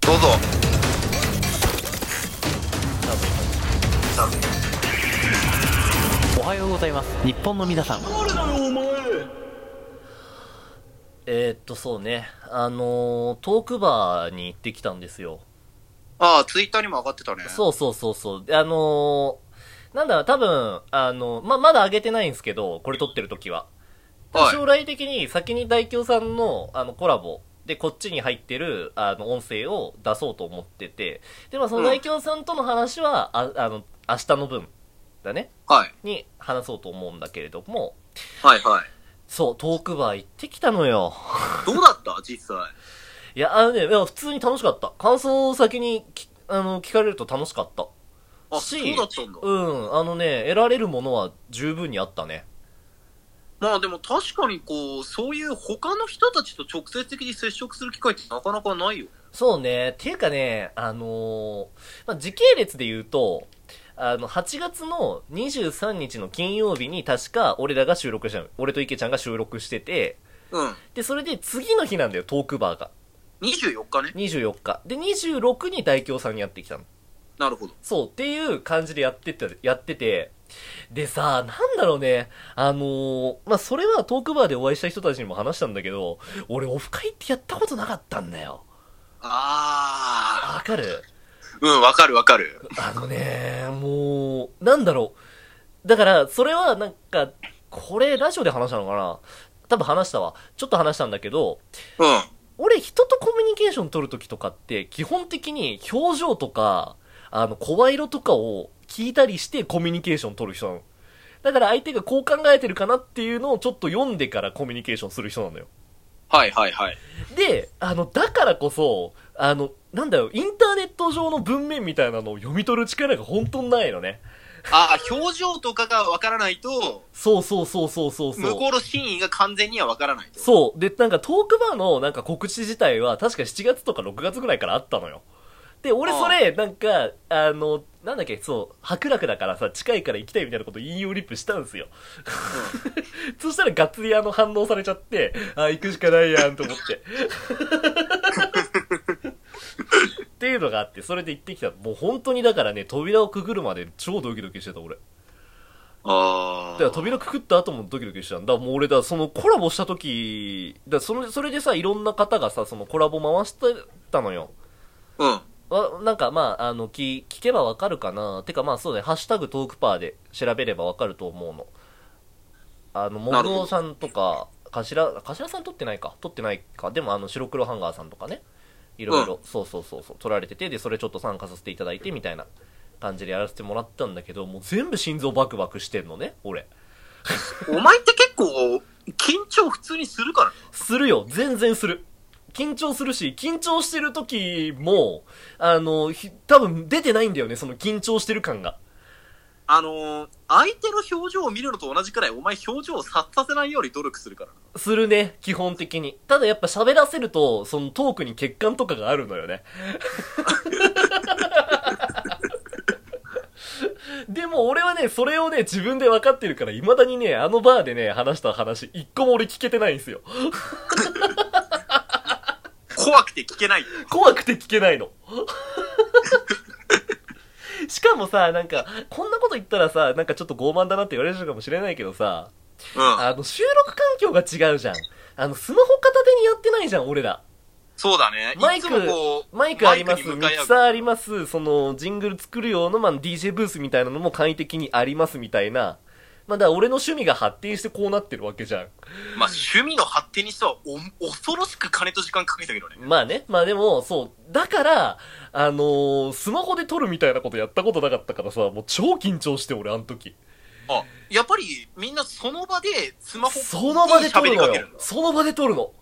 ぞおはようございます日本の皆さんえー、っと、そうね。あのートークバーに行ってきたんですよ。ああツイッターにも上がってたねそうそうそうそう。であのーなんだ、多分、あの、ま、まだ上げてないんですけど、これ撮ってる時は。はい将来的に先に大京さんの、あの、コラボで、こっちに入ってる、あの、音声を出そうと思ってて、で、まあ、その大京さんとの話は、あ、あの、明日の分だね、はいに話そうと思うんだけれども、はいはいそう、トークバー行ってきたのよ。どうだ った実際いや、あのね、いや普通に楽しかった。感想を先にきあの聞かれると楽しかった。あそしうだったんだうん、あのね、得られるものは十分にあったね。まあでも確かにこうそういう他の人たちと直接的に接触する機会ってなかなかないよそうね、っていうかね、あのーまあ、時系列で言うと、あの、8月の23日の金曜日に確か俺らが収録したの。俺と池ちゃんが収録してて、うんで、それで次の日なんだよ、トークバーが。 24日ね24日。で、26に大京さんにやってきたの。なるほどそう、っていう感じでやってて、やってて、でさ、なんだろうね、あのーまあ、それはトークバーでお会いした人たちにも話したんだけど、俺オフ会ってやったことなかったんだよ。ああわかるうんわかるわかるあのね、もう、なんだろう。だから、それはなんか、これラジオで話したのかな多分話したわ。ちょっと話したんだけど、うん俺人とコミュニケーション取るときとかって、基本的に表情とか、あの、声色とかを聞いたりしてコミュニケーション取る人なの。だから相手がこう考えてるかなっていうのをちょっと読んでからコミュニケーションする人なのよ。はいはいはいで、あの、だからこそ、あの、なんだよ、インターネット上の文面みたいなのを読み取る力が本当にないのね。ああ表情とかがわからないとそうそうそうそうそうそ向う。こうの真意が完全にはわからないとそう。で、なんかトークバーのなんか告知自体は確か7月とか6月ぐらいからあったのよ。で、俺それ、なんか、あの、なんだっけ、そう、白楽だからさ、近いから行きたいみたいなこと引用リップしたんですよ。 そしたらガッツリあの反応されちゃって、あ、行くしかないやんと思 って。っていうのがあって、それで行ってきた。もう本当にだからね、扉をくぐるまで超ドキドキしてた、俺。あだから扉くくった後もドキドキしてたんだ。もう俺だ、そのコラボした時、だそのそれでさ、いろんな方がさ、そのコラボ回してたのよ。うんあなんかまあ、あの、聞、聞けばわかるかな。てかまあそうだね、ハッシュタグトークパーで調べればわかると思うの。あなの、モるグほどオさんとか、頭、頭さん撮ってないか。撮ってないか。でもあの、白黒ハンガーさんとかね。いろいろ、そうそうそうそう、撮られてて、で、それちょっと参加させていただいてみたいな感じでやらせてもらったんだけど、もう全部心臓バクバクしてんのね、俺。お前って結構緊張普通にするからねするよ。全然する。緊張するし、緊張してる時も、あの、ひ多分出てないんだよね、その緊張してる感が。あのー相手の表情を見るのと同じくらいお前表情を察させないように努力するからなするね、基本的に。ただやっぱ喋らせると、そのトークに欠陥とかがあるのよね。 でも俺はね、それをね、自分で分かってるから、未だにね、あのバーでね、話した話、一個も俺聞けてないんですよ。怖くて聞けないよ怖くて聞 けないの。しかもさ、なんか、こんなこと言ったらさ、なんかちょっと傲慢だなって言われるかもしれないけどさ、うんあの、収録環境が違うじゃん。あの、スマホ片手にやってないじゃん、俺ら。そうだねマイクいつもこうマイクありまマす、イクにミ向かい合キうサーあります、その、ジングル作る用の、まあ、DJ ブースみたいなのも簡易的にありますみたいな。まあ、だから俺の趣味が発展してこうなってるわけじゃん。まあ趣味の発展にしてはお恐ろしく金と時間かけたけどねまあね。まあでも、そう。だから、あのースマホで撮るみたいなことやったことなかったからさ、もう超緊張して、俺、あの時。あやっぱりみんなその場でスマホその場で撮るに喋のりかけよ。その場で撮るの。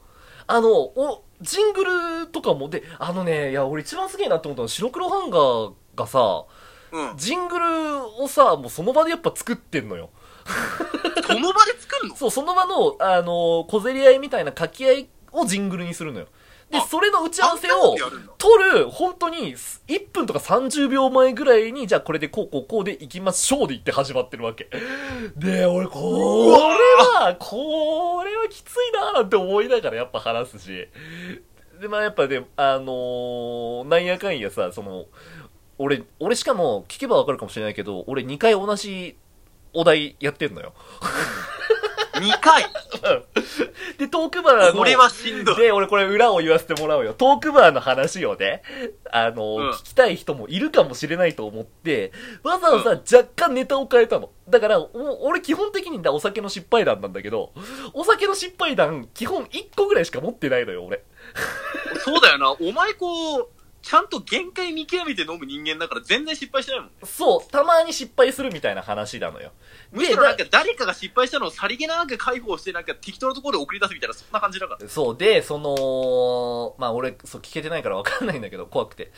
あの、お、ジングルとかも、で、あのね、いや、俺一番すげえなって思ったのは、白黒ハンガーがさ、うんジングルをさ、もうその場でやっぱ作ってんのよ。その場で作るのそう、その場の、あのー小競り合いみたいな掛け合いをジングルにするのよ。であ、それの打ち合わせあんなこをとやるんだ、撮る、本当に、1分とか30秒前ぐらいに、じゃあこれでこうこうこうでいきましょうで言って始まってるわけ。 で、俺、これは、これはきついなーなんて思いながらやっぱ話すし。で、まあやっぱね、あのーなんやかんやさ、その、俺、俺しかも聞けばわかるかもしれないけど、俺2回同じお題やってんのよ。 2回で、トークバーの、これはしんどい。で、俺これ裏を言わせてもらうよ。トークバーの話をね、あの、うん聞きたい人もいるかもしれないと思って、わざわざ若干ネタを変えたの。だから、お俺基本的にだお酒の失敗談なんだけど、お酒の失敗談、基本1個ぐらいしか持ってないのよ、俺。そうだよな。お前こう、ちゃんと限界見極めて飲む人間だから全然失敗しないもん。そう、たまに失敗するみたいな話なのよ。むしろなんか誰かが失敗したのをさりげなく解放してなんか適当なところで送り出すみたいなそんな感じだから。そう、で、その、まあ俺、そう聞けてないからわかんないんだけど、 怖くて。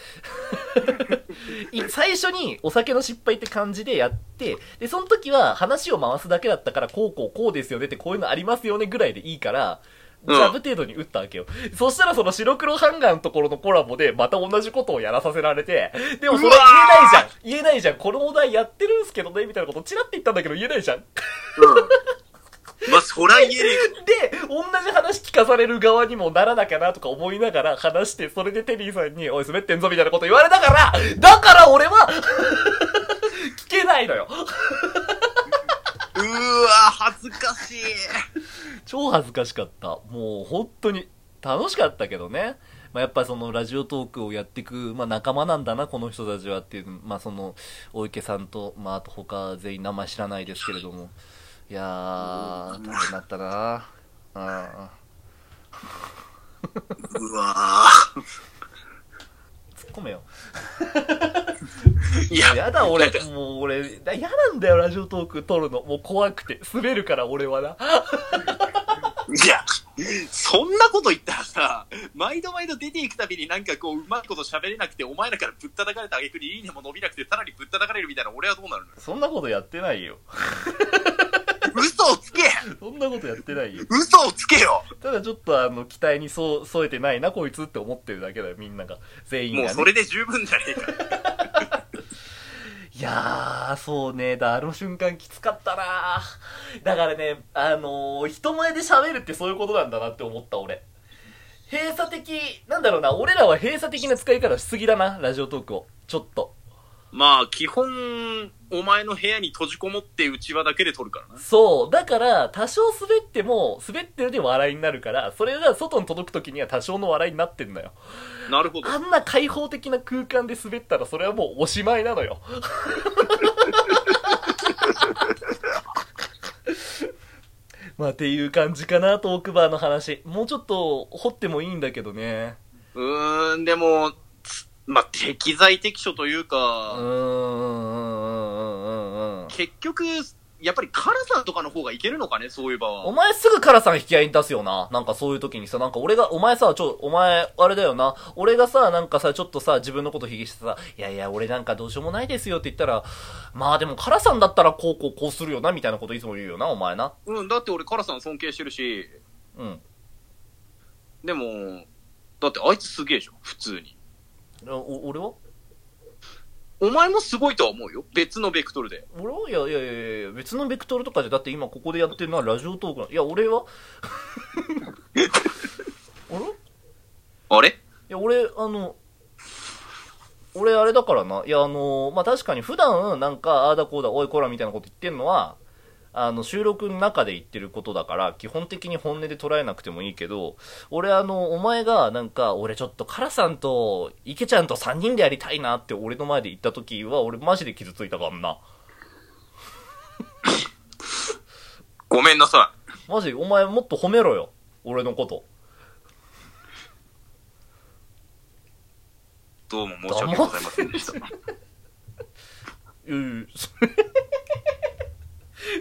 い最初にお酒の失敗って感じでやって、で、その時は話を回すだけだったから、こうこうこうですよねって、こういうのありますよねぐらいでいいから、ジうんャブ程度に打ったわけよ。そしたらその白黒ハンガーのところのコラボで、また同じことをやらさせられて、でもそれうわ言ーえないじゃん言えないじゃんこのお題やってるんすけどねみたいなことチラって言ったんだけど言えないじゃんうん。まあ、そら言えねえよ。で、同じ話聞かされる側にもならなきゃなとか思いながら話して、それでテリーさんに、おい、滑ってんぞみたいなこと言われたから、だから俺は、聞けないのよ。うーわ、恥ずかしい。超恥ずかしかった。もう本当に楽しかったけどね。まあ、やっぱそのラジオトークをやっていく、まあ、仲間なんだな、この人たちはっていう、まあ、その、大池さんと、まあ、あと他全員名前知らないですけれども。いやー、大変だったなうん。うわ突っ込めよ。ーいや、 やだ俺なんか、もう俺、だ嫌なんだよ、ラジオトーク撮るの。もう怖くて、滑るから俺はな。いや、そんなこと言ったらさ、毎度毎度出ていくたびになんかこう、うまいこと喋れなくて、お前らからぶったたかれた挙句にいいねも伸びなくて、さらにぶったたかれるみたいな俺はどうなるのそんなことやってないよ。嘘をつけそんなことやってないよ。嘘をつけよただちょっとあの、期待にそう添えてないな、こいつって思ってるだけだよ、みんなが。全員が、もうね。それで十分じゃねえか。いやー、そうね。だ、あの瞬間きつかったなーだからね、あのー、人前で喋るってそういうことなんだなって思った、俺。閉鎖的、なんだろうな、俺らは閉鎖的な使い方しすぎだな、ラジオトークを。ちょっと。まあ、基本、お前の部屋に閉じこもって内輪だけで撮るからな。そう。だから、多少滑っても、滑ってるで笑いになるから、それが外に届く時には多少の笑いになってんだよ。なるほど。あんな開放的な空間で滑ったら、それはもうおしまいなのよ。 まあ、っていう感じかな、トークバーの話。もうちょっと掘ってもいいんだけどね。うーん、でも、つまあ、適材適所といううーん、か、うん、うん、うん、うん。結局、やっぱりカラさんとかの方がいけるのかね、そういう場おは。前すぐカラさん引き合いに出すよな。なんかそういう時にさ、なんか俺が、お前さ、ちょ、お前、あれだよな。俺がさ、なんかさ、ちょっとさ、自分のことひげしてさ、いやいや、俺なんかどうしようもないですよって言ったら、まあでもカラさんだったらこうこうこうするよな、みたいなこといつも言うよな、お前な。うん、だって俺カラさん尊敬してるし、うん。でも、だってあいつすげえじゃん、普通に。お俺はお前もすごいとは思うよ。別のベクトルで。俺はいやいやいやいや、別のベクトルとかじゃ、だって今ここでやってるのはラジオトークなんいや、俺は あれあれいや、俺、あの、俺、あれだからな。いや、あの、まあ、確かに普段、なんか、ああだこうだ、おいこらみたいなこと言ってんのは、あの、収録の中で言ってることだから、基本的に本音で捉えなくてもいいけど、俺、あの、お前が、なんか、俺ちょっと、カラさんと、池ちゃんと3人でやりたいなって、俺の前で言った時は、俺マジで傷ついたからな。ごめんなさマジで、お前もっと褒めろよ。俺のこと。い。どうも申し訳ございませんで した。いやいやそれ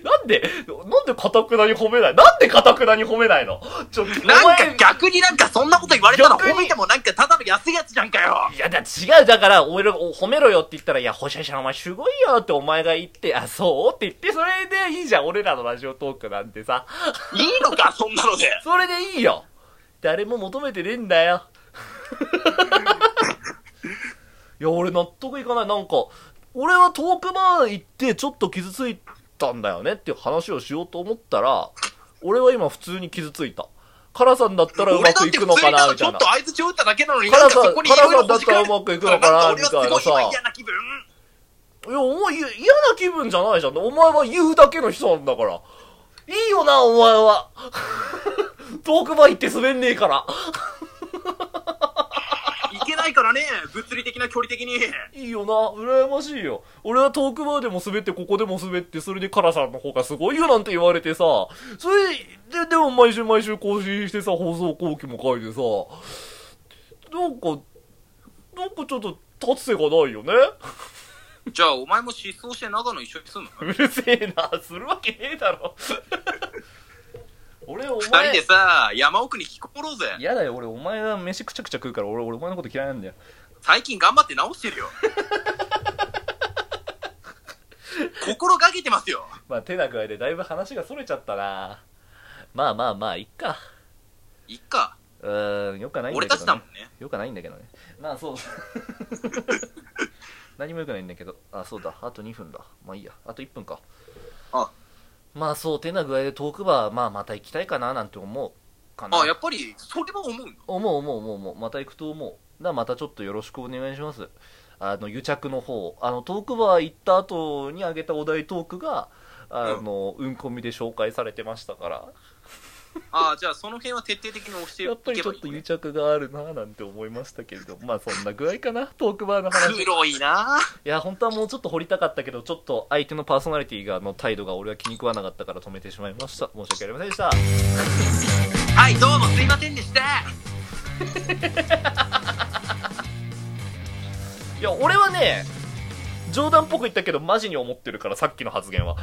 なんで、なんでかたくなに褒めないなんでかたくなに褒めないのちょ、おなんか前、逆になんかそんなこと言われたら逆に褒めてもなんかただの安いやつじゃんかよいや、だ違う、だから、俺がお褒めろよって言ったら、いや、ほしゃしゃお前すごいよってお前が言って、あ、そうって言って、それでいいじゃん、俺らのラジオトークなんてさ。いいのか、そんなので。それでいいよ誰も求めてねえん だよいや俺納得いかないなんか俺はトークバー行ってちょっと傷ついたんだよねっていう話をしようと思ったら俺は今普通に傷ついたカラさんだったらうま俺だくっいてく普の通にたかなだみちたょいっな。とあいつ上手なだけなのに、カなんラかさんそこにいろいろカラさんだったらうまくいくのかな俺はすごい今嫌な気分。いや、お前い嫌な気分じゃないじゃん。お前は言うだけの人なんだから。いいよな、お前は。 遠くまで行って滑んねえから。いけないからね、物理的な距離的に。いいよな、羨ましいよ。俺は遠くまでも滑って、ここでも滑って、それでカラさんの方がすごいよなんて言われてさ、それで、で、でも毎週毎週更新してさ、放送後期も書いてさ、なんか、なんかちょっと、立つせがないよね じゃあ、お前も失踪して長野一緒に住むのうるせえな、するわけねえだろ。 俺、お二人前で、さ、山奥に引きこもろうぜ。嫌だよ、俺、お前は飯くちゃくちゃ食うから、俺、俺、お前のこと嫌いなんだよ。最近頑張って直してるよ。心がけてますよ。まあ、手な具合でだいぶ話が逸れちゃったな。まあまあまあ、いっか。いっか。うーん、よくはないんだ俺けど、たね。ちだもんね。よくないんだけどね。まあそう。 何もよくないんだけど。あ、そうだ。あと2分だ。まあいいや。あと1分か。あまあそう、手な具合で遠くば、まあまた行きたいかななんて思うかな。あ、やっぱり、それは思うの思う思う思う思う。また行くと思う。だからまたちょっとよろしくお願いします。あの、癒着の方。あの、トークバー行った後にあげたお題トークが、あの、うん、こみで紹介されてましたから、あじゃあその辺は徹底的に押していやっぱりけちょばっいとい、癒ね。着があるなぁなんて思いましたけれど、まあそんな具合かな、トークバーの話。黒いないや、本当はもうちょっと掘りたかったけど、ちょっと相手のパーソナリティがの態度が俺は気に食わなかったから止めてしまいました。申し訳ありませんでした。はい、どうもすいませんでした。いや、俺はね、冗談っぽく言ったけど、マジに思ってるから、さっきの発言は。